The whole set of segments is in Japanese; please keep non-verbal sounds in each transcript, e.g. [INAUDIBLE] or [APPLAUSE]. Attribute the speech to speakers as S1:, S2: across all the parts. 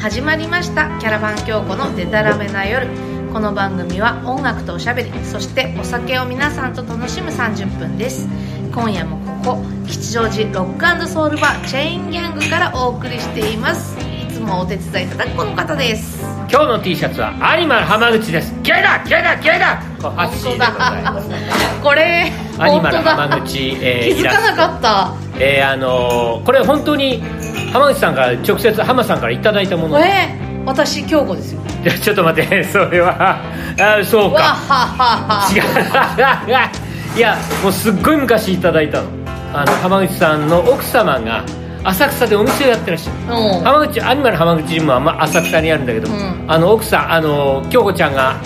S1: 始まりましたキャラバン京子のデタラメな夜この番組は音楽とおしゃべりそしてお酒を皆さんと楽しむ30分です今夜もここ吉祥寺ロックソウルバーチェインギャングからお送りしていますいつもお手伝いいただくこの方です
S2: 今日の T シャツはアニマル浜口ですゲイだゲイだゲイだこうハッシーでございます
S1: これ
S2: アニマル
S1: 本当だ
S2: 浜口、えー、
S1: 気づかな
S2: っ、
S1: かった
S2: えーあのーこれ本当に浜口さんから直接浜さんからいただいたもの
S1: たえー私京子ですよ
S2: いやちょっと待って [LAUGHS] それはあそう
S1: わは
S2: か
S1: はは
S2: 違う [LAUGHS] いやもうすっごい昔いただいたのあの浜口さんの奥様が浅草でお店をやってらっしゃる
S1: うん
S2: 浜口アニマル浜口ジムはまあ浅草にあるんだけども、
S1: うん
S2: あの奥さんあの京子ちゃんが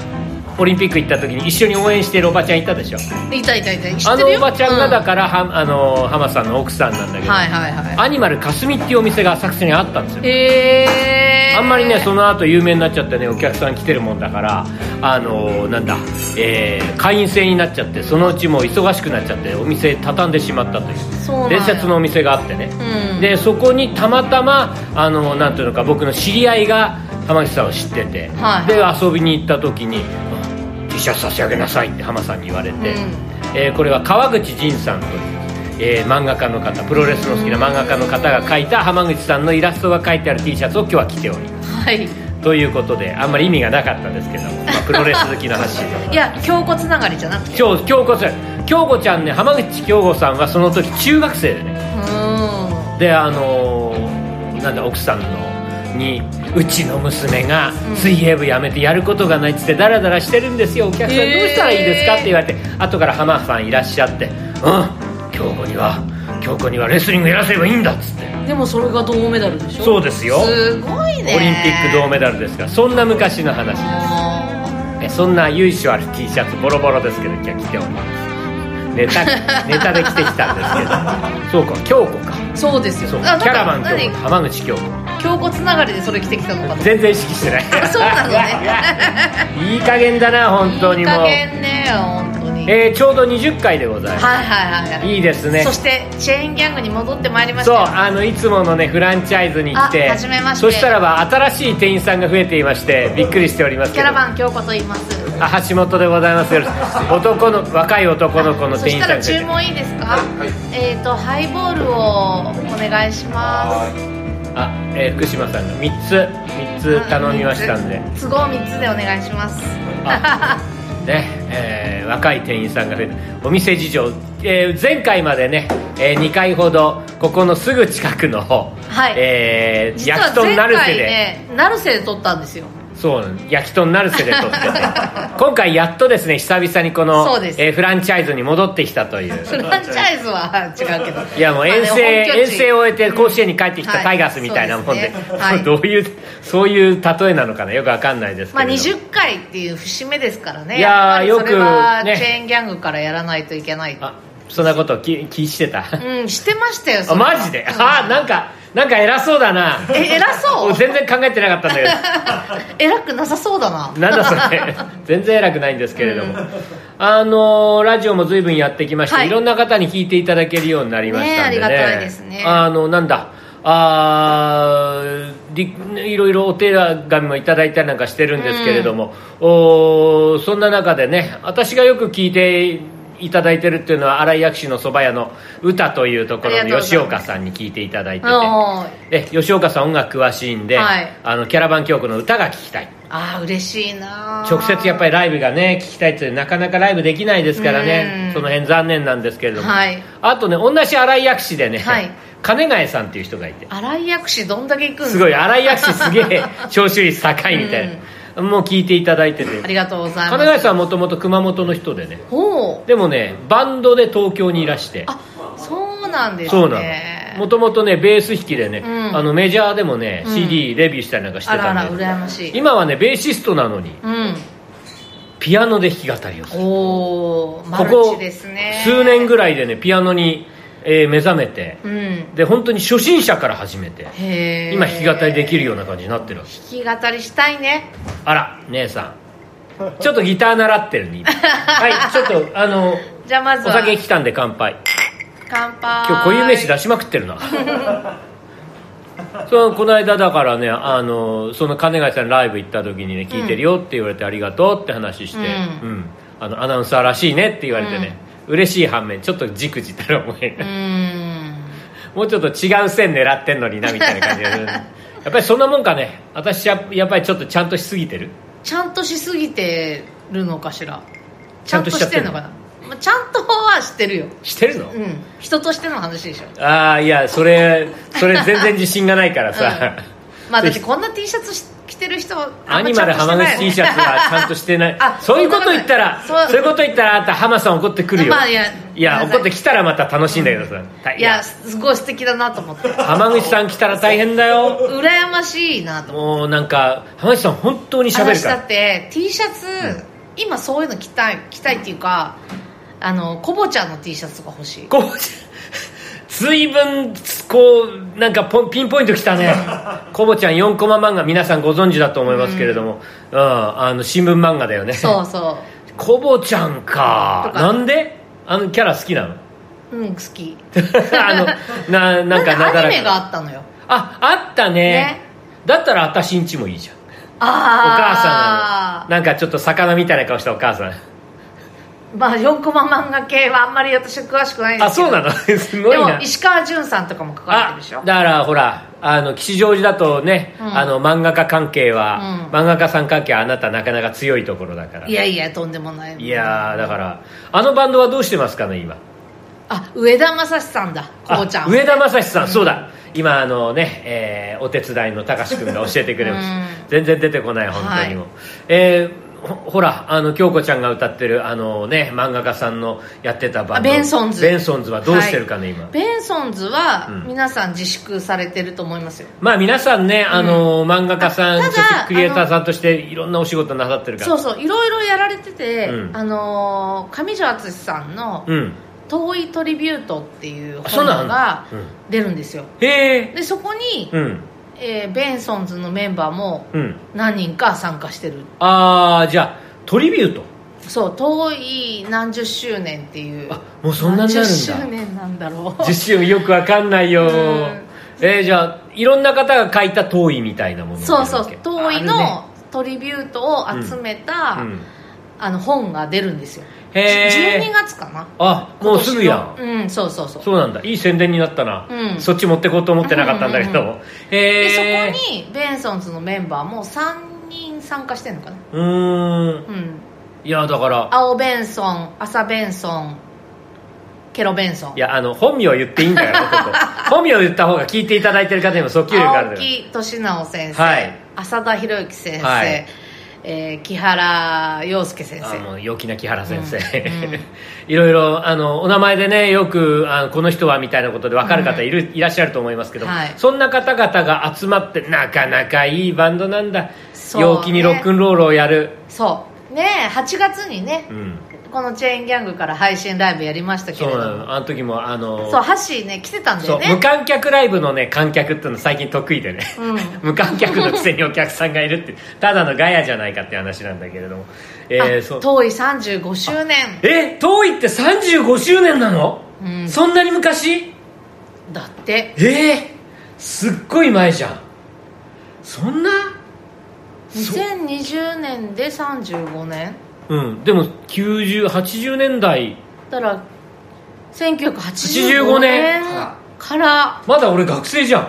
S2: オリンピック行った時に一緒に応援してるおばちゃんいたでしょ
S1: いたいたいた知
S2: あ
S1: って
S2: の
S1: るよ
S2: おばちゃんがだ
S1: ら、
S2: から、はあの浜さんの奥さんなんだけ
S1: うん
S2: ど、
S1: はいはいは
S2: アニマルかすみっていうお店が浅草にあったんですよ
S1: いへえー、
S2: あんまりねその後有名になっちゃってねお客さん来てるもんだからあのなんだ、えー会員制になっちゃってそのうちもう忙しくなっちゃってお店畳んでしまったという
S1: そうなんや
S2: 伝説のお店があってね、
S1: うん
S2: でそこにたまたまあのなんていうのか僕の知り合いが浜口さんを知ってて、
S1: はい
S2: で遊びに行った時にあ「T シャツ差し上げなさい」って浜さんに言われて、
S1: うん
S2: えーこれは川口仁さんという、えー漫画家の方プロレスの好きな漫画家の方が描いた浜口さんのイラストが描いてある T シャツを今日は着ております
S1: はい
S2: ということであんまり意味がなかったんですけど、まあプロレス好きの発信で
S1: [LAUGHS] いや強骨ながりじゃなくて
S2: 今日京子さん京子ちゃんね浜口京子さんはその時中学生でね
S1: うーん
S2: であのーなんだ奥さんのにうちの娘が
S1: うん
S2: 水泳部やめてやることがないっつってダラダラしてるんですよお客さんどう
S1: へー
S2: したらいいですかって言われて後から浜さんいらっしゃって「うん京子には京子にはレスリングやらせればいいんだ」っつって
S1: でもそれが銅メダルでしょ
S2: そうですよ
S1: すごいね
S2: オリンピック銅メダルですからそんな昔の話
S1: あ
S2: えそんな由緒ある T シャツボロボロですけど今日着ておりますネ
S1: [LAUGHS]
S2: タネタで着てきたんですけどそうか京子か
S1: ーそうですよ
S2: そうキ
S1: あなんか
S2: ャラバン京
S1: 何
S2: 子浜口京子
S1: 強骨ながりでそれ着てきたのかと
S2: 全然意識してない
S1: あそうなの
S2: ねいい加減だな [LAUGHS] 本当にも
S1: い
S2: う
S1: い加減ね本当にはい
S2: えーちょうど20回でございます、
S1: はいはいはい
S2: い、いですね
S1: そしてチェーンギャングに戻ってまいりました
S2: そう
S1: よ
S2: あのいつものねフランチャイズに来て
S1: あ初めまして
S2: そしたらば新しい店員さんが増えていましてびっくりしております
S1: キ
S2: け
S1: ャ
S2: ど
S1: ラバン京子と言います
S2: あ橋本でございますよろしく男の若い男の子の
S1: そ
S2: 店
S1: し
S2: 員
S1: た
S2: さ
S1: ら
S2: んが増え
S1: 注
S2: て
S1: 文いいですか、
S3: はい
S1: えっ、とハイボールをお願いします
S3: は
S2: あ、えー福島さんが3つ3つ頼みましたんで
S1: 都合3つでお願いします
S2: あねえー若い店員さんが増えたお店事情、えー前回までね、え2回ほどここのすぐ近くの、
S1: はい
S2: え
S1: [LAUGHS]
S2: ー
S1: 実
S2: 焼
S1: は
S2: き鳥
S1: 前
S2: なるせ
S1: 回
S2: で、
S1: ね成瀬で撮ったんです
S2: [LAUGHS]
S1: よ
S2: そうなの焼き鳥なる
S1: [LAUGHS]
S2: せで撮ってて今回やっとですね久々にこの
S1: そう、です
S2: えーフランチャイズに戻ってきたという
S1: フランチャイズ
S2: [LAUGHS]
S1: は違うけど
S2: いやもう遠征、
S1: まあね
S2: 遠征を終えて甲子園に帰ってき
S1: は
S2: た
S1: い
S2: タイガースみたいなもん
S1: そ
S2: で,、
S1: うですねはい
S2: [LAUGHS] どういうそういう例えなのかなよくわかんないですけ
S1: まあ
S2: れど
S1: 20回っていう節目ですからね
S2: いやー
S1: っぱりそれは
S2: よくね
S1: チェーンギャングからやらないといけない
S2: あそんなこと気気してた、
S1: うんしてましたよそ
S2: あ
S1: れは
S2: マジで、
S1: うん
S2: あなんかなんか偉そうだな
S1: え偉そ
S2: [LAUGHS] も
S1: う
S2: う全然考えてなかったんだけ
S1: 偉くなさそうだな [LAUGHS]
S2: どなんだそれ全然偉くないんですけれども、あのーラジオも随分やってきまして、
S1: はい
S2: い、ろんな方に聞いていただけるようになりましたんで
S1: ねえあ
S2: ね
S1: りがたいですね
S2: あのなんだあーりいろいろお手紙もいただいたりなんかしてるんですけれども、おーそんな中でね私がよく聞いていただいてるっていうのは新井薬師のそば屋の歌というところの吉岡さんに聞いていただいてて
S1: おー
S2: え吉岡さん音楽詳しいんで、
S1: はい
S2: あのキャラバン教区の歌が聴きたい
S1: あー嬉しいな
S2: 直接やっぱ
S1: り
S2: りライブがね聴きたいってなかなかライブできないですから
S1: う
S2: ね
S1: ん
S2: その辺残念なんですけれども、
S1: はい
S2: あとね同じ新井薬師でね、
S1: はい
S2: 金貝さんっていう人がいて
S1: 荒井薬師どんだけ行くんですす
S2: ごい
S1: あ
S2: 新井薬師すげえ聴取率高いみたいな、もう聴いていただいてて
S1: りがとうございます
S2: 金貝さんはもともと熊本の人でね
S1: ほう
S2: でもねバンドで東京にいらして
S1: あそうなんですね
S2: そうなのもともとねベース弾きでね、
S1: うん
S2: あのメジャーでもね、
S1: うん
S2: CD レビューしたりなんかしてた
S1: あ
S2: んで
S1: らあら羨ましい
S2: 今はねベーシストなのに
S1: うん
S2: ピアノで弾き語りをする
S1: おおマ
S2: こ
S1: ル
S2: こ
S1: チですね
S2: 数年ぐ
S1: い
S2: らいでねピアノに、えー目覚めて
S1: うんへ
S2: で本当に初心者から始めて
S1: え
S2: 今弾き語りできるような感じになってるわけ
S1: 弾き語りしたいね
S2: あら姉さんちょっとギター習って
S1: [LAUGHS]
S2: るにはいちょっとあの
S1: じゃあまず
S2: お
S1: は
S2: 酒来たんで乾杯
S1: 乾杯
S2: 今日固有名詞出しまくってるな [LAUGHS] そのこの間だからねあのその金貝さんライブ行った時にね聞いてるよって言われてありがとうって話して、
S1: う
S2: うんあのアナウンサーらしいねって言われてね、嬉しい反面ちょっとじくじたら思いが
S1: うーん
S2: もうちょっと違う線狙ってんのになみたいな感じで
S1: [LAUGHS]
S2: やっぱりそんなもんかね私ややっぱりちょっとちゃんとしすぎてる
S1: ちゃんとしすぎてるのかしらち
S2: ち
S1: ゃ
S2: ゃ
S1: ん
S2: ん
S1: と
S2: とし
S1: し
S2: ちゃってて
S1: る
S2: ん
S1: の
S2: の
S1: かなまあちゃんとはしてるよ
S2: してるの、
S1: うん人としての話でしょ
S2: ああいやそれそれ全然自信がないからさ、
S1: まあだってこんな T シャツし着てる人はあ
S2: ア
S1: んま
S2: ニ
S1: ち
S2: マ
S1: ゃん
S2: ル
S1: として
S2: 浜
S1: ない
S2: 口 T シャツはちゃんとしてな
S1: [LAUGHS] あ
S2: いそういうこと言ったら
S1: そう
S2: そういうこと言ったらあんた浜さん怒ってくるよ、
S1: まあいや
S2: いや怒ってきたらまた楽しいんだけどさ、た
S1: いやすごい素敵だなと思って
S2: 浜口さん来たら大変だよ
S1: 羨ましいなと思って
S2: もうなんか浜口さん本当に喋る
S1: 私
S2: か
S1: だ
S2: ら
S1: って T シャツ、今そういうの着たい着たいっていうかあのコボちゃんの T シャツとか欲しい
S2: こう随分こうなんかポンピンポイントき
S1: [LAUGHS]
S2: たねコボちゃん4コマ漫画皆さんご存知だと思いますけれども、うんあの新聞漫画だよね
S1: そうそ
S2: コボちゃんか
S1: とか
S2: なんであのキャラ好きなの
S1: ううん好き
S2: [LAUGHS] あのななんかな
S1: アニ
S2: だら
S1: メ
S2: か
S1: があったのよ
S2: ああったね
S1: ね
S2: だったら私んちもいいじゃん
S1: あ
S2: お母さ
S1: あ
S2: んなのなんかちょっと魚みたいな顔したお母さん
S1: まあ4コマ漫画系はあんまり私は詳しくないんで
S2: あ
S1: すけど
S2: そうなの [LAUGHS] すごい
S1: で
S2: な
S1: も石川潤さんとかも書かれてる
S2: あ
S1: でしょ
S2: だからほらあの吉祥寺だとね、
S1: うん
S2: あの漫画家関係は、
S1: う
S2: 漫画家さん関係はあなたなかなか強いところだから
S1: いやいやとんでもない
S2: いやーだからあのバンドはどうしてますかね今
S1: あ上田正史さんだコボちゃ
S2: あ
S1: ん
S2: 上田正史さん、そうだ今あのね、えーお手伝いの高志君が教えてくれました、
S1: うん
S2: 全然出てこない本当にも、
S1: は
S2: えーほほらあの京子ちゃんが歌ってるあのね漫画家さんのやってたバンド
S1: あベンソンズ
S2: ベンソンズはどうしてるかね、今
S1: ベンソンズは
S2: うん
S1: 皆さん自粛されてると思いますよ
S2: まあ皆さんね、あの漫画家さん
S1: あただ
S2: そしてクリエイターさんとしていろんなお仕事なさってるから
S1: そうそういろいろやられてて、
S2: うん
S1: あのー上条淳さんの
S2: うん
S1: 「遠いトリビュート」っていう
S2: あそ
S1: 本
S2: うなの
S1: が
S2: うん
S1: 出るんですよ
S2: へえ
S1: でそこに、
S2: うん
S1: えーベンソンズのメンバーも
S2: うん
S1: 何人か参加してる
S2: ああじゃあトリビュート
S1: そう遠い何十周年っていう
S2: あもうそんなになる
S1: 何
S2: んだ
S1: 十周年なんだろう
S2: 実習よくわかんないよ、
S1: うん
S2: えーじゃあいろんな方が書いた遠いみたいなもの
S1: そうそう
S2: 遠
S1: 遠いのトリビュートを集めた、
S2: うん、
S1: あの本が出るんですよ
S2: へー
S1: 12月かな
S2: あもうすぐやん
S1: うんそうそうそう
S2: そうなんだいい宣伝になったな、
S1: うん
S2: そっち持ってこうと思ってなかったんだけど、
S1: うんでそ
S2: へえ
S1: こにベンソンズのメンバーも3人参加してんのかな
S2: うーん
S1: うん
S2: いやだから
S1: 青ベンソン朝ベンソンケロベンソン
S2: いやあの本名言っていいんだよこ
S1: [LAUGHS]
S2: こ本名言った方が聞いていただいてる方にも訴求力があ
S1: 青
S2: る
S1: 木俊直先生、
S2: はい
S1: 浅田博之先生、
S2: はい
S1: えー木原陽介先
S2: あ
S1: 生
S2: の陽気な木原先生、
S1: うんうん
S2: いろいろあのお名前でねよくあのこの人はみたいなことで分かる方いる、いらっしゃると思いますけど、
S1: はい
S2: そんな方々が集まってなかなかいいバンドなんだ、
S1: そうね
S2: 陽気にロックンロールをやる、
S1: そうねえ8月にね
S2: う、ん、
S1: このチェーンギャングから配信ライブやりましたけ
S2: そ
S1: れ
S2: う
S1: ど
S2: な
S1: も
S2: のあの時もあの
S1: そうハッシーね来てたんだ
S2: そ
S1: よ
S2: う無
S1: ね
S2: 観客ライブのね観客っていうの最近得意でね、
S1: [LAUGHS] うん
S2: 無観客のくせにお客さんがいるってただのガヤじゃないかって話なんだけれども、えー
S1: あ
S2: そう
S1: 遠い35周年
S2: え遠いって35周年なの、
S1: うん
S2: そんなに昔
S1: だって
S2: ええすっごい前じゃんそんなそう
S1: 2020年で35年
S2: うんでも9080年代
S1: だから1985
S2: 85
S1: 年
S2: 年
S1: から、
S2: まだ俺学生じゃん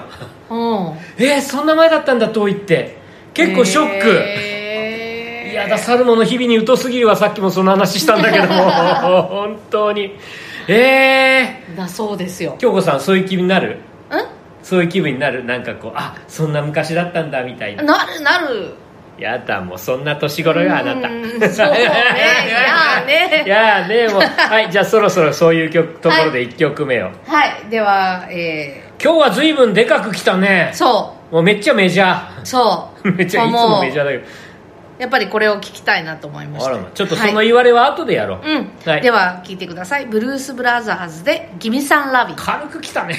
S1: うん、
S2: えー、そんな前だったんだ遠いって結構ショック、
S1: へー
S2: いやだサルモの日々に疎すぎるはさっきもその話したんだけど [LAUGHS] 本当にええ
S1: だそうですよ
S2: 京子さんそういう気になる
S1: ん
S2: そういう気分になるなんかこうあそんな昔だったんだみたいな
S1: なるなる
S2: やだもうそんな年頃よあなた
S1: うんそうねやあね
S2: [LAUGHS] いやあね
S1: [LAUGHS]
S2: もうはいじゃあそろそろそういう曲ところで1曲目を、
S1: はいでは、え
S2: 今日は随分でかく来たね
S1: ー、そ
S2: もうめっちゃメジ
S1: う
S2: ャ
S1: そう
S2: ー [LAUGHS] めっちゃいつ
S1: も
S2: も
S1: う
S2: メジャーだけど
S1: やっぱりこれを聞きたいなと思いまし
S2: あ
S1: た
S2: らまちょっとその
S1: はい
S2: 言われは後でやろう、
S1: うん
S2: はい
S1: では聞いてくださいブルース・ブラザーズで「ギミさんラビ」
S2: 軽く来たね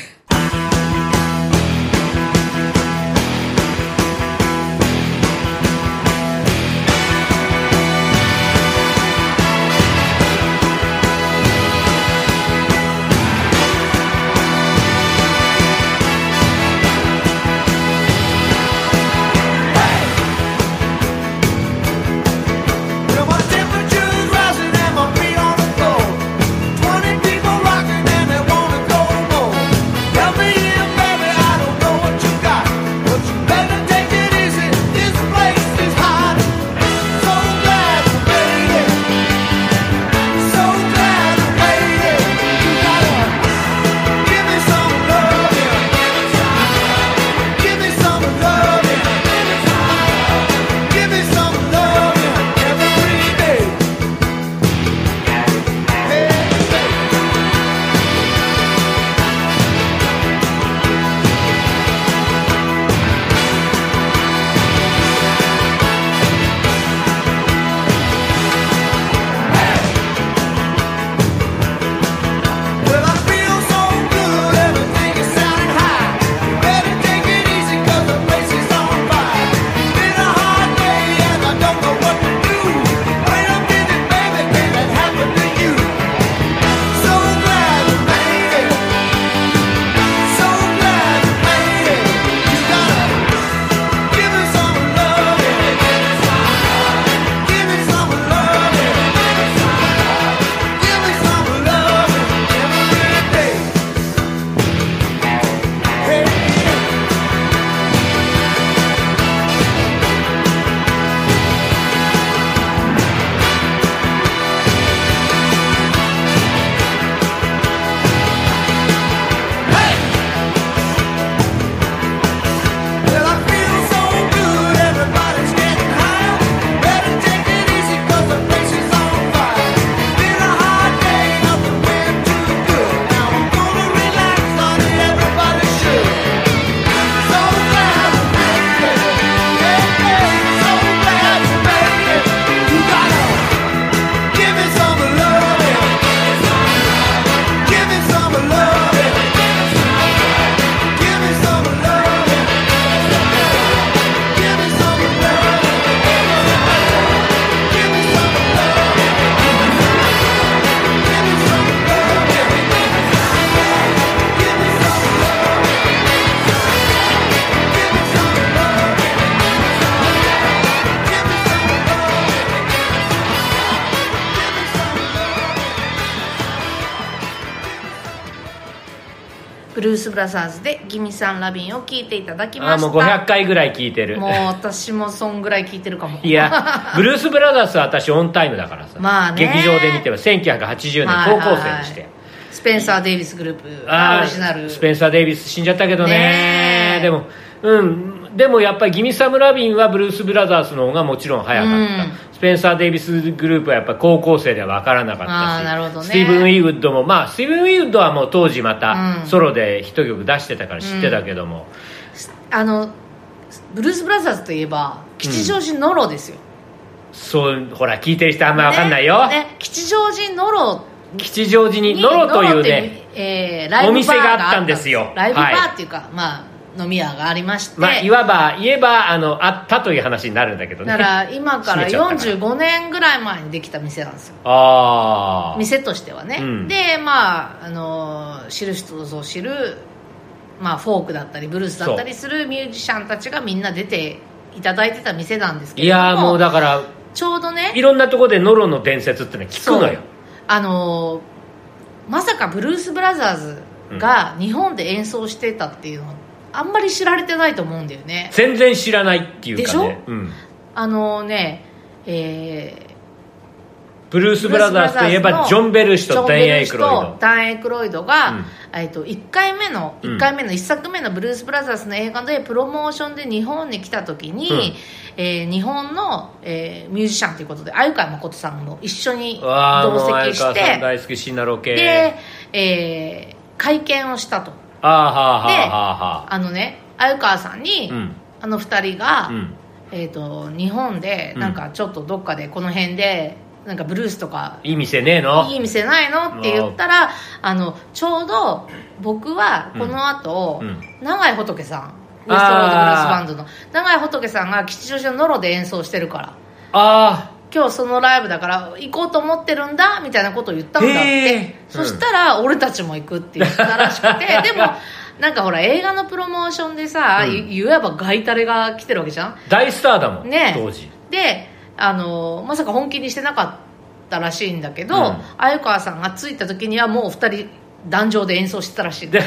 S3: 「君の
S1: ルース・ブラザーズで「ギミさんラビン」を聞いていただき
S2: あ
S1: ま
S2: ー
S1: した
S2: もう500回ぐらい聞いてる
S1: もう私もそんぐらい聞いてるかも
S2: [LAUGHS]
S1: [LAUGHS]
S2: いやブルース・ブラザースは私オンタイムだからさ、
S1: まあね
S2: 劇場で見てます1980年
S1: はい
S2: 高校生にして、
S1: はいスペンサー・デイビスグループが
S2: あー
S1: オリジナル
S2: スペンサー・デイビス死んじゃったけどね
S1: ねえ
S2: でもうんでもやっぱりギミサム・ラビンはブルース・ブラザースの方がもちろん早かった、
S1: うん
S2: スペンサー・デイビスグループはやっぱ高校生では分からなかった
S1: あー
S2: し
S1: なるほどね
S2: スティーブン・ウィーウッドもまあスティーブン・ウィーウッドはもう当時ま
S1: う
S2: た
S1: ん
S2: ソロで一曲出してたから知ってたけども、
S1: あのブルース・ブラザーズといえば吉祥寺ノロですよ、
S2: そうほら聞いてる人あんま分かんないよ、
S1: ねね吉祥寺ノロ
S2: 吉祥寺にノロという
S1: ノロって
S2: ね
S1: うえーライブバー
S2: お店があったんですよ
S1: ライブバ
S2: はい
S1: ーっていうか、まあ飲み屋がありまして、
S2: まあ、いわば言えばあのあったという話になるんだけどね
S1: だから今から
S2: 閉めちゃったから
S1: 45年ぐらい前にできた店なんですよ
S2: ああ
S1: 店としてはね、
S2: うん
S1: でまああのー知る人ぞ知る、まあ、フォークだったりブルースだったりするミュージシャンたちがみんな出ていただいてた店なんですけ
S2: い
S1: れども
S2: やーもうだから
S1: ちょうどね
S2: いろんなとこでノロの伝説ってのは聞くの
S1: そ
S2: よ
S1: うあのーまさかブルース・ブラザーズが日本で演奏してたっていうのあんまり知られてないと思うんだよね
S2: 全然知らないっていうかね
S1: でしょ
S2: うん、
S1: あのねえ
S2: ブルース・
S1: ー
S2: ブラザーズといえばジョン・ベルシとダイアン・エイクロイ
S1: ジョンベルシと
S2: ド
S1: ダン・エイクロイドが、
S2: うん
S1: えっと1回目の
S2: うん
S1: 1回目の1作目のブルース・ブラザーズの映画でプロモーションで日本に来た時に、えー日本の、えーミュージシャンということで鮎川誠さんも一緒に
S2: うわあも
S1: 同
S2: う相
S1: 席
S2: 川
S1: し
S2: さん
S1: て
S2: 大好きシナロ系
S1: で、えー会見をしたと
S2: ああはあはあはあはあ
S1: あのね鮎川さんに、
S2: うん
S1: あの2人が、
S2: うん
S1: えー、と日本で
S2: うん
S1: なんかちょっとどっかでこの辺でなんかブルースとか
S2: いい店ねえの
S1: いい店ないのって言ったらあのちょうど僕はこの後、
S2: うん
S1: 長井仏さんウ
S2: あー
S1: エストロードブラスバンドの長井仏さんが吉祥寺のノロで演奏してるから
S2: あ
S1: 今日そのライブだから行こうと思ってるんだみたいなことを言ったんだって、
S2: へー
S1: そしたら俺たちも行くって言ったらしく
S2: [LAUGHS]
S1: てでもなんかほら映画のプロモーションでさ、
S2: うん
S1: いわばガイタレが来てるわけじゃん
S2: あ大スターだもん、
S1: ねえ
S2: 当時
S1: であのまさか本気にしてなかったらしいんだけど、
S2: うん
S1: 鮎川さんが着いた時にはもう2人壇上で演奏してたらしい
S2: で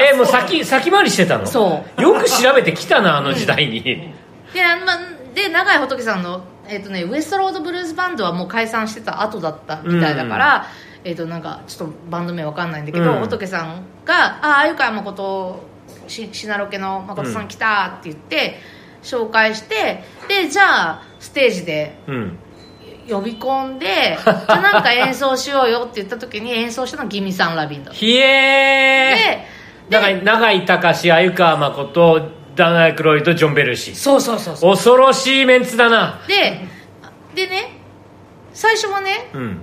S2: えもう先先回りしてたの
S1: そう
S2: よく調べてきたなあの時代に、
S1: [LAUGHS] で,、ま、で長井仏さんの、えっとね、ウエストロードブルースバンドはもう解散してた後だったみたいだから、えっとなんかちょっとバンド名わかんないんだけど、
S2: うん
S1: 仏さんが「ああ鮎川誠しシナロケの誠さん来た」って言って、紹介してでじゃあステージで
S2: うん
S1: 呼び込んでじゃあなんか演奏しようよって言った時に演奏したのは「ギミさんラビンド」
S2: ひえー
S1: で
S2: だから永井隆鮎川誠ダナイ・クロイドジョン・ベルシー
S1: そうそうそうそ
S2: 恐ろしいメンツだな
S1: うででね最初はね
S2: うん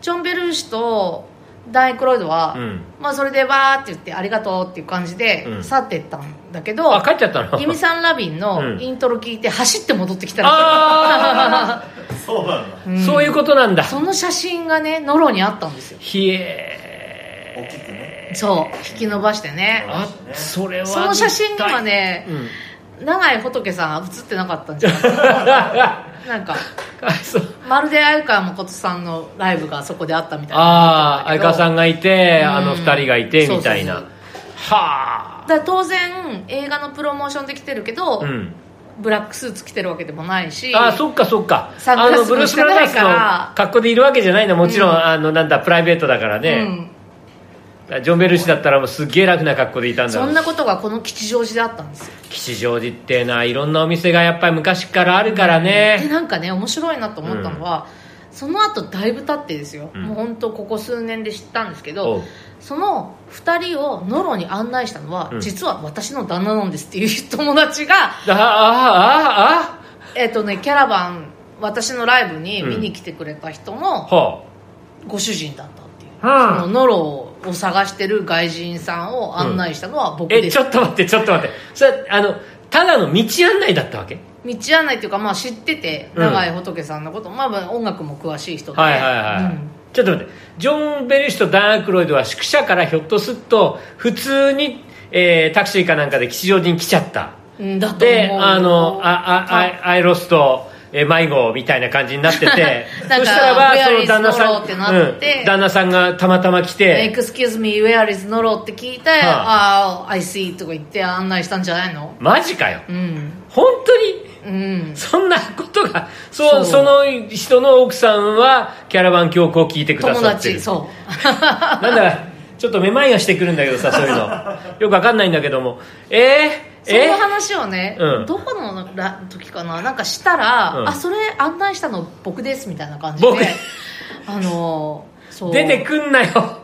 S1: ジョン・ベルーシとダン・エクロイドは、
S2: うん
S1: まあ、それでわーって言ってありがとうっていう感じで
S2: うん
S1: 去ってったんだけど、
S2: あ帰っちゃったの
S1: ギミさんラビン
S2: う
S1: の
S2: ん
S1: イントロ聞いて走って戻ってきたら
S2: あ、
S3: そうなんだ。
S1: うん
S2: そういうことなん
S1: [LAUGHS]
S2: だ
S1: その写真がねノロにあったんですよ
S2: ひえ
S3: 大きくね。
S1: そう引き伸ばしてね
S2: ーあそれは
S1: その写真にはね
S2: うん [LAUGHS]
S1: 永井仏さん写ってなかったんじゃないか
S2: あ [LAUGHS]
S1: ななんか
S2: そう
S1: まるで鮎川誠さんのライブがそこであったみたいな
S2: あー相川さん
S1: が
S2: がいて
S1: うん
S2: あの二人がいてみたいな
S1: そうそう
S2: はあ
S1: だから当然映画のプロモーションで来てるけど、
S2: うん
S1: ブラックスーツ着てるわけでもないし
S2: あそっかそっか
S1: サン
S2: あ
S1: グラ
S2: の
S1: ス
S2: ブル
S1: も
S2: ー
S1: し
S2: ス・
S1: か
S2: ブ
S1: な
S2: ラ
S1: い
S2: ザー
S1: か
S2: ス
S1: ら
S2: の格好でいるわけじゃないなもちろん、
S1: うん
S2: あのなんだプライベートだから
S1: う
S2: ね、
S1: ん
S2: ジョン・ベル氏だったらもうすっげえ楽な格好でいたんだろ
S1: そ
S2: うん
S1: なことがこの吉祥寺であったんですよ
S2: 吉祥寺ってないろんなお店がやっぱり昔からあるから
S1: で
S2: ね、
S1: なんかね面白いなと思ったのは、その後だいぶ経ってですよ、
S2: うん
S1: もう本当ここ数年で知ったんですけ
S2: お
S1: ど
S2: う
S1: その2人をノロに案内したのは、
S2: うん
S1: 実は私の旦那なんですっていう友達が
S2: あああ
S1: えっ、とねキャラバン私のライブに見に来てくれた人
S2: あ
S1: の
S2: ほ
S1: ご主人だったっていう、
S2: はあ
S1: そのノロを探してる外人さんを案内したのは僕
S2: うえ
S1: です、
S2: ちょっと待ってちょっと待ってそれあのただの道案内だったわけ
S1: 道案内っていうか、まあ、知ってて
S2: うん
S1: 永井仏さんのこと、まあまあ、音楽も詳しい人で、
S2: はいはいはい、
S1: うん
S2: ちょっと待ってジョン・ベル氏とダン・アクロイドは宿舎からひょっとすると普通に、えータクシーかなんかで吉祥寺に来ちゃった
S1: うんだと思う
S2: であのあああアイロスとえー迷子みたいな感じになってて
S1: なんか
S2: そしたらば
S1: Where
S2: その
S1: is
S2: 旦那さ
S1: Noro
S2: ん
S1: ってなって
S2: うん旦那さんがたまたま来
S1: 「
S2: て
S1: Excuse me where is Noro?」って聞いて「あ
S2: は
S1: あ I see」とか言って案内したんじゃないの
S2: マジかよ
S1: うん
S2: 本当に
S1: うん
S2: そんなことがそう
S1: そ
S2: そうの人の奥さんはキャラバン教皇を聞いてくだ
S1: 友
S2: さってる
S1: 達そう
S2: なんだちょっとめまいがしてくるんだけ
S1: [LAUGHS]
S2: どさそういうのよくわかんないんだけどもえー、
S1: そ
S2: え
S1: の話をね、
S2: うん
S1: どこのら時かななんかしたら、
S2: うん
S1: あそれ案内したの僕ですみたいな感じで
S2: 僕
S1: あのそう
S2: 出てくんなよ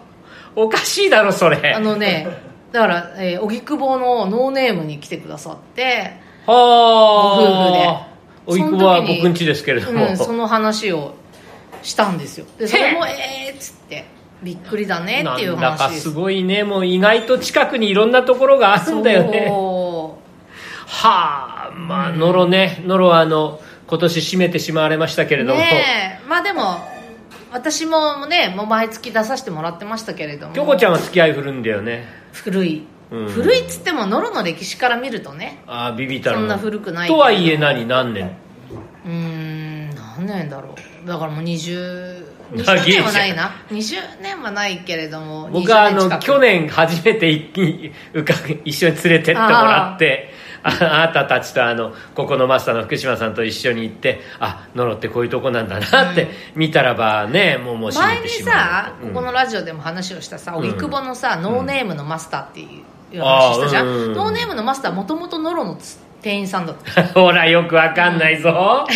S2: おかしいだろそれ
S1: あのねだから、えー、荻窪のノーネームに来てくださって、
S2: はあ
S1: ご夫婦で
S2: おいくぼは
S1: その時に
S2: 僕んちですけれども、
S1: うん、その話をしたんですよでそれもえーっつってびっくりだねっていう
S2: なんだ
S1: 話
S2: か
S1: ですす
S2: ごいねもう意外と近くにいろんなところがあるんだよね
S1: そ
S2: はあまあノロねノロはあの今年閉めてしまわれましたけれ
S1: う
S2: ども、
S1: ねえまあでも私もねもう毎月出させてもらってましたけれども
S2: 京子ちゃんは付き合い振るんだよね
S1: 古い、
S2: うん
S1: 古いっつってもノロの歴史から見るとね
S2: ああビビたる
S1: そんな古くない
S2: とはいえ何何年
S1: うーん何年だろうだからもう2020
S2: 長いじ
S1: 年
S2: ゃん
S1: はないな20年はないけれども
S2: 僕はあ
S1: 20
S2: の
S1: 近く
S2: 去年初めて一気にうか一緒に連れてってもらってああなたたちとあのここのマスターの福島さんと一緒に行ってあノロってこういうとこなんだなって、見たらばねもうもう閉め
S1: 前
S2: て
S1: に
S2: しま
S1: さ
S2: う、
S1: ここのラジオでも話をしたさ荻窪、のさノーネームのマスターっていう話
S2: あー
S1: したじゃん、
S2: うん
S1: ノーネームのマスターもともとノロの店員さんだった
S2: うん [LAUGHS] ほらよくわかんな
S1: [LAUGHS]
S2: いぞ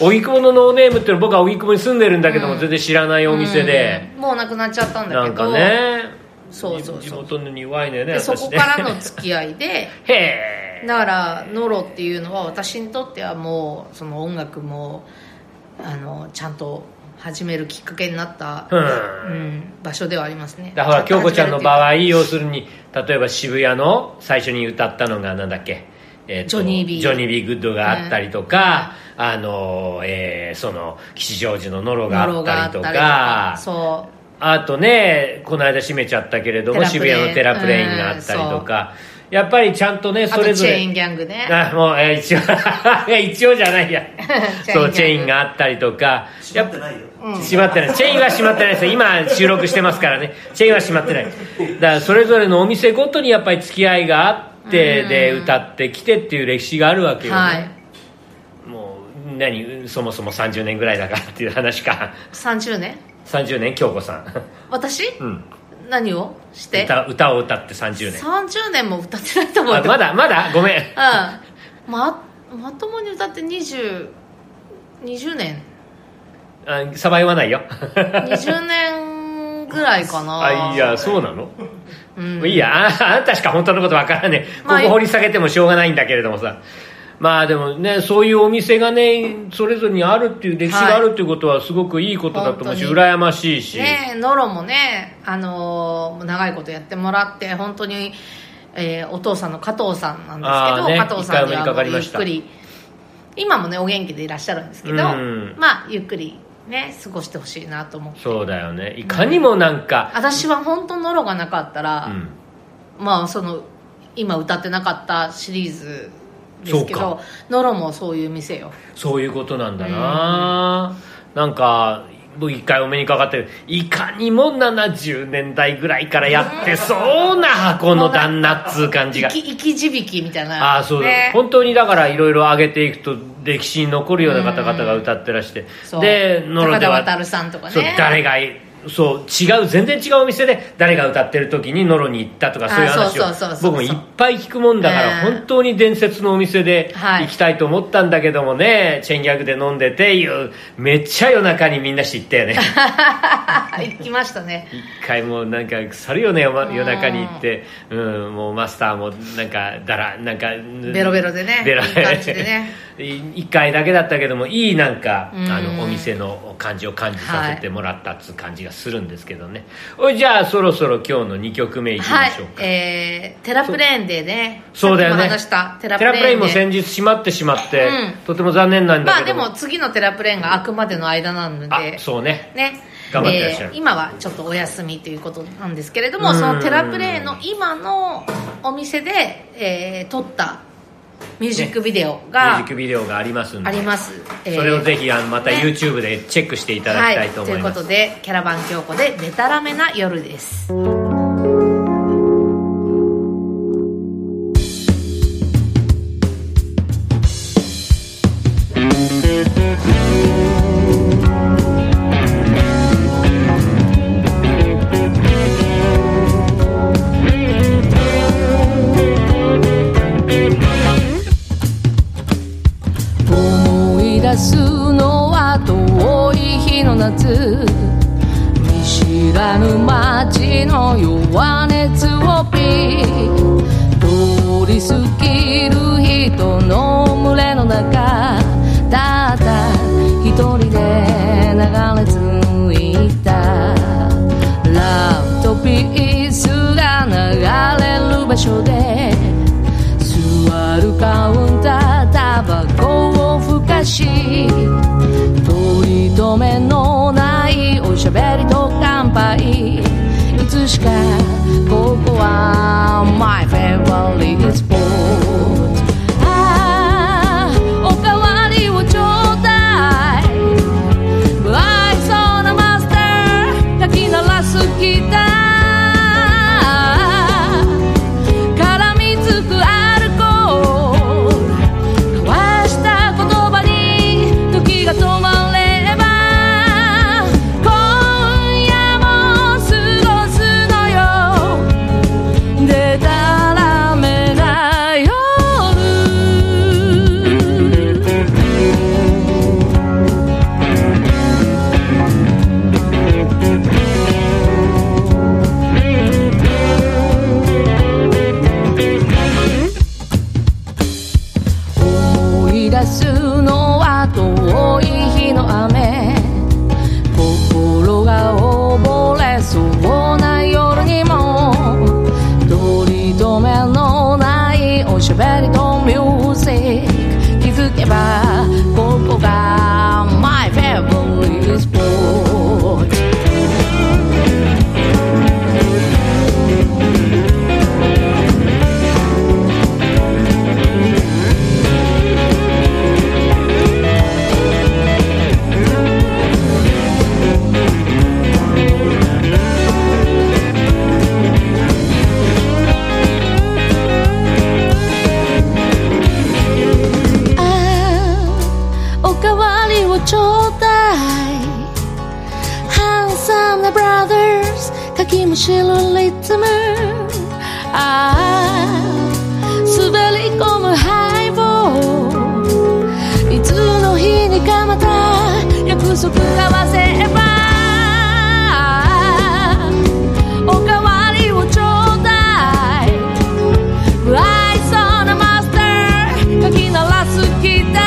S2: 荻窪のノーネームっていうの僕は荻窪に住んでるんだけども、全然知らないお店で、
S1: うんもうなくなっちゃったんだ
S2: な
S1: け
S2: んか
S1: ど、
S2: ね
S1: そうそうそう
S2: 地元に弱いのよね
S1: で
S2: 私
S1: そ
S2: ね
S1: こからの付き合いで
S2: [LAUGHS] へえ
S1: だからノロっていうのは私にとってはもうその音楽もあのちゃんと始めるきっかけになった、
S2: うん
S1: うん場所ではありますね
S2: だから京子ちゃんの場
S1: 合
S2: 合要するに例えば渋谷の最初に歌ったのがなんだっけ、えと
S1: ジョニー B
S2: ジョニー・ビー・グッドがあったりとか、あの、えーその吉祥寺のノロがあったりとか
S1: そう
S2: あとねこの間閉めちゃったけれども
S1: テラプ
S2: 渋
S1: レイン
S2: 谷のテラプレインがあったりとか、やっぱりちゃんとね
S1: あ
S2: そ
S1: と
S2: れぞ
S1: チェーン
S2: れ
S1: ギャングね
S2: あもう、えー一応 [LAUGHS] いや一応じゃな
S1: [LAUGHS]
S2: いや
S1: チェーンギャング
S2: そうチェーンがあったりとか
S3: 閉まってないよ
S2: 閉まってないチェインは閉まってないです今収録してますからねチェインは閉まってないだからそれぞれのお店ごとにやっぱり付き合いがあってで歌ってきてっていう歴史があるわけよね、
S1: はい
S2: もう何そもそも30年ぐらいだからっていう話か
S1: 30年
S2: 30年京子さん、
S1: 私、
S2: うん、
S1: 何をして
S2: 歌歌を歌って30年
S1: 30年も歌ってないと思う
S2: あまだまだごめん
S1: うんままともに歌って2020年
S2: あさば言わないよ
S1: 20年ぐらいかな
S2: あいやそうなの、
S1: うん
S2: いいやああなたしか本当のことわからねえ
S1: まあ
S2: ここ掘り下げてもしょうがないんだけれどもさまあでもねそういうお店がねそれぞれにあるっていう歴史があるっていうことはすごくいいことだと思うし、
S1: 本当に
S2: 羨ましいし、
S1: ねえノロもね、あのー長いことやってもらって本当に、えーお父さんの加藤さんなんですけど、
S2: あーね
S1: 加藤さんに
S2: 一回お目に
S1: は
S2: か
S1: もう
S2: かり
S1: ゆ
S2: ま
S1: っ
S2: した
S1: くり今もねお元気でいらっしゃるんですけど、
S2: うん
S1: まあゆっくりね過ごしてほしいなと思う
S2: そうだよねいかにもなんか、
S1: 私は本当ノロがなかったら、
S2: うん
S1: まあその今歌ってなかったシリーズですけ
S2: そう
S1: どノロもそういう店よ
S2: そういうことなんだな、なんか僕一回お目にかかってるいかにも70年代ぐらいからやってそうな箱の旦那っつう感じが
S1: 生き生き字引みたいな
S2: ああそうだ、
S1: ね
S2: 本当にだからいろいろ上げていくと歴史に残るような方々が歌ってらして
S1: そう
S2: でノロでは
S1: 高田渉さんとかね
S2: そう誰がそう違う全然違うお店で誰が歌ってる時にノロに行ったとかそういう話
S1: あそうそうそう
S2: を
S1: そう
S2: 僕もいっぱい聞くもんだから、
S1: うん
S2: 本当に伝説のお店で
S1: はい
S2: 行きたいと思ったんだけどもね、チェンギャグで飲んでていうめっちゃ夜中にみんな知った
S1: [LAUGHS]
S2: よね
S1: [LAUGHS] 行きましたね
S2: 一回もうなんか腐るよね夜夜中に行って、うん、もうマスターもなんかだらなんか
S1: ベロベロでね
S2: ベロ
S1: いい感じでね
S2: [LAUGHS] い一回だけだったけどもいいなんか
S1: うん
S2: あのお店の感じを感じさせてもらったっつう感じがするんですけどね、おいじゃあそろそろ今日の2曲目いきま
S1: はい
S2: しょうか、、
S1: えー、テラプレーンでね
S2: そうだよ
S1: さっ
S2: ね
S1: きも話したテ
S2: テ
S1: ラ
S2: ラ
S1: プレーン
S2: プレインも
S1: で
S2: 先日閉まってしまって、
S1: うん
S2: とても残念なんだ
S1: まあ
S2: け
S1: で
S2: ど
S1: も次のテラプレーンが開くまでの間なの
S2: あ
S1: で
S2: そうね
S1: ね
S2: 頑張ってらっしゃる
S1: えー今はちょっとお休みということなんですけれども
S2: うん
S1: そのテラプレーンの今のお店で、えー撮ったミュージックビデオ
S2: ミュー
S1: が
S2: ジックビデオがありますんで
S1: あります、えー
S2: それをぜひあのまた
S1: ね
S2: YouTube でチェックしていただきたいと思い
S1: は
S2: ま
S1: い、とい
S2: す、
S1: うことでキャラバン京子でデタラメな夜です
S3: 思い出すのは遠い日の夏見知らぬ街の弱熱をピー通り過ぎる人の群れの中ただ一人で流れ着いたラブとピースが流れる場所で座るカウンタータバコをふかし取り留めのないおしゃべりと乾杯いつしかここは My favorite spot ああおかわりをちょうだい愛想なマスター焼きならすギター絡みつくアルコール交わした言葉に時が止まれば今夜も過ごすのよでたらめな夜思い出すのは遠い日の雨心が溺れそうな夜にも取り留めのないおしゃべりとミュージック気づけばここが My favorite spot Ah, ああおかわりをちょうだい Handsome brothers かきむしるリズムああ滑り込むハイボールいつの日にかまた約束交わせ Ah, ばおかわりをちょうだい愛想なマスターかき鳴らすギタ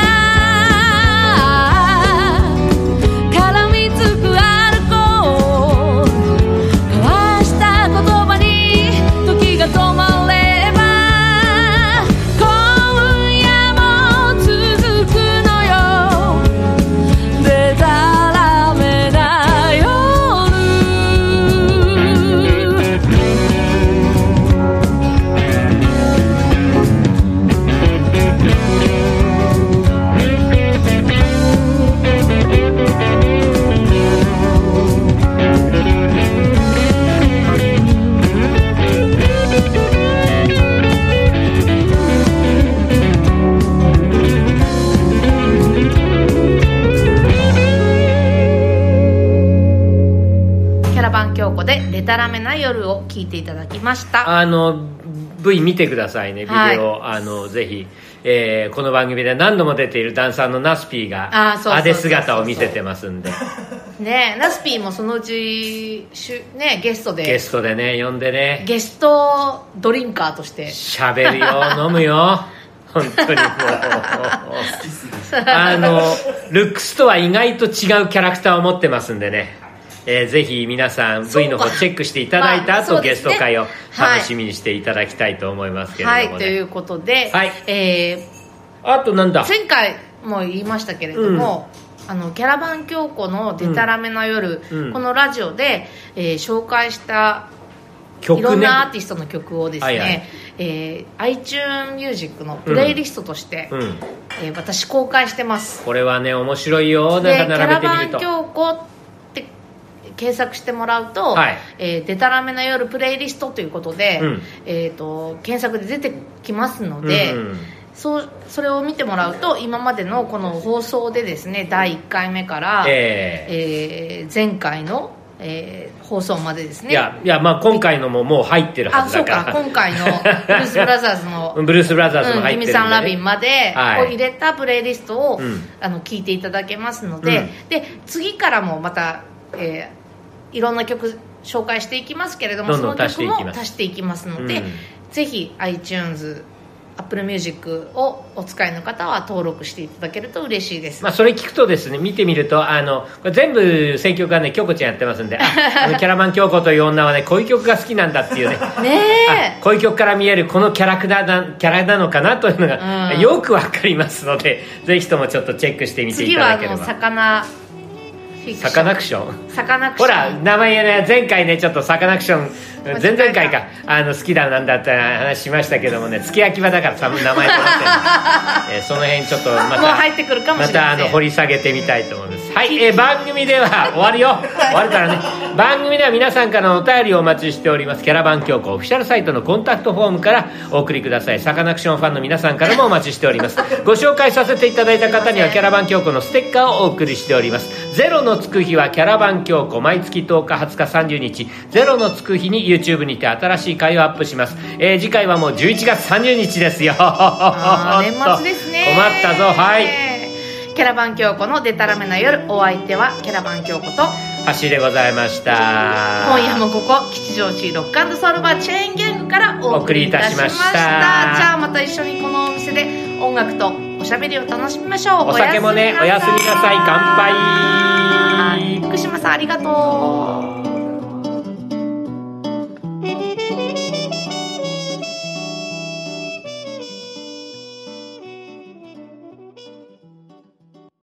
S3: ー絡みつくアルコール交わした言葉に時が止まれば今夜も続くのよでたらめな夜
S1: キャラバン京子でデタラメな夜を聞いていただきました
S2: あの V 見てくださいねビデオ、あのぜひ、えーこの番組で何度も出ているダンサーのナスピーが
S1: あーそうそうそうそう
S2: あで姿を見せてますんで
S1: ねえナスピーもそのうちしゅ、ねえ、ゲス [LAUGHS] トで
S2: ゲストでね呼んでね
S1: ゲストドリンカーとして
S2: 喋るよ飲
S1: [LAUGHS]
S2: むよ本当にもうあのルックスとは意外と違うキャラクターを持ってますんでね、えーぜひ皆さん V の方チェックしていただいた後、
S1: まあそう
S2: ゲ
S1: で
S2: ス
S1: す
S2: ト
S1: ね
S2: 会を
S1: はい
S2: 楽しみにしていただきたいと思いますけれども、
S1: は
S2: ね
S1: いということで、
S2: はい
S1: え
S2: あとなんだ
S1: ー前回も言いましたけれども、あのキャラバン京子の「デタラメな夜」
S2: うん
S1: このラジオで、えー紹介したい
S2: 曲
S1: ろん
S2: ね
S1: なアーティストの曲をですね、
S2: はいはい
S1: えー、iTunes Music のプレイリストとして、
S2: うん、
S1: えー私公開してます
S2: これはね面白いよ
S1: で「キ
S2: な
S1: ャ
S2: んか
S1: ラ
S2: 並べて
S1: バ
S2: み
S1: ン
S2: ると
S1: 京子」って検索してもらうと「
S2: はい
S1: えーでたらめな夜プレイリスト」ということで、
S2: うん
S1: えー、と検索で出てきますので、
S2: うん
S1: そうそれを見てもらうと今までのこの放送でですね第1回目から、
S2: え
S1: え
S2: え
S1: ー前回の、えー放送までですね
S2: いやいやまあ今回のももう入ってるは
S1: あ
S2: ず
S1: そ
S2: だ
S1: うか
S2: から。
S1: 今回の「ブルース・ブラザーズ」の
S2: [LAUGHS] ブルース・ブラザーズも
S1: うん、
S2: 入っ
S1: キ
S2: て
S1: ミ
S2: るんで、ね
S1: さんラビンまで
S2: はい
S1: を入れたプレイリストを、
S2: うん
S1: あの聞いていただけますので、
S2: うん
S1: で次からもまた、えーいろんな曲紹介していきますけれども
S2: どんどん
S1: その曲
S2: 足していきます
S1: も足していきますので、
S2: うん
S1: ぜひ iTunes アップルミュージックをお使いの方は登録していただけると嬉しいです、
S2: まあ、それ聞くとですね見てみるとあのこれ全部選曲はね京子ちゃんやってますんであ
S1: [LAUGHS]
S2: あのキャラバン京子という女はねこういう曲が好きなんだっていうね
S1: ね
S2: あこういう曲から見えるこのキャラクターなキャラなのかなというのが、
S1: うん
S2: [LAUGHS] よくわかりますのでぜひともちょっとチェックして
S1: え
S2: みてい
S1: 次
S2: た
S1: はあ
S2: だけれ
S1: の
S2: ば
S1: サカナフィクション
S2: サカナクション
S1: サカナクショ
S2: ほ
S1: ン
S2: ら名前ね前回ねちょっとサカナクション
S1: 間違え
S2: 前
S1: た
S2: 々回かあの好きだなんだって話しましたけどもね付け焼き場だから多分名前
S1: [LAUGHS]
S2: となってる、えーその辺ちょっとまた
S1: もう入ってくるかもしれません
S2: たあの掘り下げてみたいと思いますはい、えー番組では終わ
S1: [LAUGHS]
S2: るよ終わるからね番組では皆さんからのお便りをお待ちしておりますキャラバン教皇オフィシャルサイトのコンタクトフォームからお送りくださいサカナクションファンの皆さんからもお待ちしてお
S1: [LAUGHS]
S2: りますご紹介させていただいた方にはキャラバン教皇のステッカーをお送りしておりますゼロのつく日はキャラバン教皇毎月10日20日30日ゼロのつく日に YouTube にて新しい回をアップします、えー次回はもう11月30日ですよ
S1: あー年末ですね
S2: [LAUGHS] 困ったぞはい
S1: キャラバン京子のデタラメな夜お相手はキャラバン京子と
S2: 橋でございました
S1: 今夜もここ吉祥寺ロックアンドソウルバーチェーンギャングからお送りいたしました
S2: お送りいたしました
S1: じゃあまた一緒にこのお店で音楽とおしゃべりを楽しみましょう
S2: お酒もねおやすみなさい乾
S1: は
S2: 杯
S1: い福島さんありがとう